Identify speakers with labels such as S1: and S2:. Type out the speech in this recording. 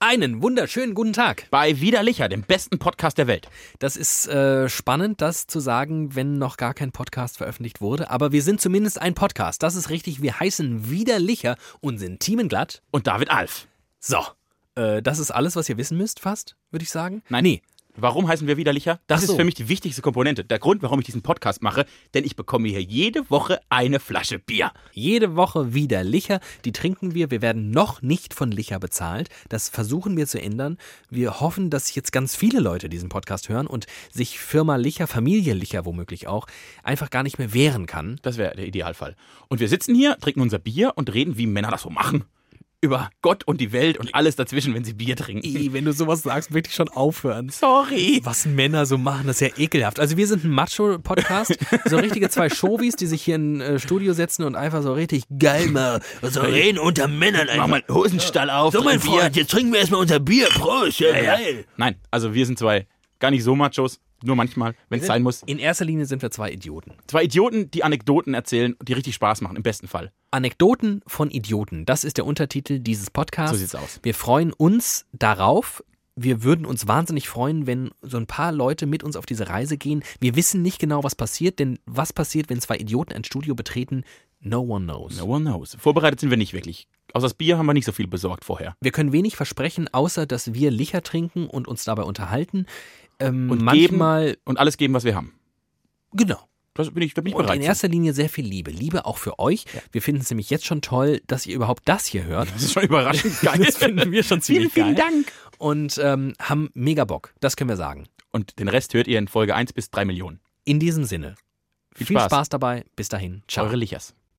S1: Einen wunderschönen guten Tag.
S2: Bei Widerlicher, dem besten Podcast der Welt.
S1: Das ist äh, spannend, das zu sagen, wenn noch gar kein Podcast veröffentlicht wurde. Aber wir sind zumindest ein Podcast. Das ist richtig. Wir heißen Widerlicher und sind Teamenglatt.
S2: Und David Alf.
S1: So, äh, das ist alles, was ihr wissen müsst, fast, würde ich sagen.
S2: Nein.
S1: Nee,
S2: Warum heißen wir Widerlicher? Das
S1: Ach so.
S2: ist für mich die wichtigste Komponente. Der Grund, warum ich diesen Podcast mache, denn ich bekomme hier jede Woche eine Flasche Bier.
S1: Jede Woche wieder Licher. Die trinken wir. Wir werden noch nicht von Licher bezahlt. Das versuchen wir zu ändern. Wir hoffen, dass jetzt ganz viele Leute diesen Podcast hören und sich Firma Licher, Familie Licher womöglich auch, einfach gar nicht mehr wehren kann.
S2: Das wäre der Idealfall. Und wir sitzen hier, trinken unser Bier und reden, wie Männer das so machen. Über Gott und die Welt und alles dazwischen, wenn sie Bier trinken.
S1: Wenn du sowas sagst, möchte ich schon aufhören.
S2: Sorry.
S1: Was Männer so machen, das ist ja ekelhaft. Also wir sind ein Macho-Podcast, so richtige zwei Showies, die sich hier in äh, Studio setzen und einfach so richtig geil mal so reden unter Männern
S2: Mach mal einen Hosenstall auf.
S1: So mein
S2: trink Bier.
S1: Freund, jetzt trinken wir erstmal unser Bier. Prost, ja, geil.
S2: Nein, also wir sind zwei gar nicht so Machos, nur manchmal, wenn es sein muss.
S1: In erster Linie sind wir zwei Idioten.
S2: Zwei Idioten, die Anekdoten erzählen und die richtig Spaß machen, im besten Fall.
S1: Anekdoten von Idioten. Das ist der Untertitel dieses Podcasts.
S2: So sieht's aus.
S1: Wir freuen uns darauf. Wir würden uns wahnsinnig freuen, wenn so ein paar Leute mit uns auf diese Reise gehen. Wir wissen nicht genau, was passiert, denn was passiert, wenn zwei Idioten ein Studio betreten? No one knows.
S2: No one knows. Vorbereitet sind wir nicht wirklich. Außer das Bier haben wir nicht so viel besorgt vorher.
S1: Wir können wenig versprechen, außer dass wir Licher trinken und uns dabei unterhalten. Ähm,
S2: Und
S1: manchmal,
S2: Und alles geben, was wir haben.
S1: genau.
S2: Das bin ich, da bin ich
S1: Und in
S2: bereit. zu.
S1: erster Linie sehr viel Liebe. Liebe auch für euch. Wir finden es nämlich jetzt schon toll, dass ihr überhaupt das hier hört.
S2: Das ist schon überraschend geil.
S1: Das finden wir schon ziemlich
S2: vielen, vielen
S1: geil.
S2: Dank.
S1: Und ähm, haben mega Bock. Das können wir sagen.
S2: Und den Rest hört ihr in Folge 1 bis 3 Millionen.
S1: In diesem Sinne. Viel,
S2: Spaß.
S1: Spaß. dabei. Bis dahin. Ciao.
S2: Eure Lichers.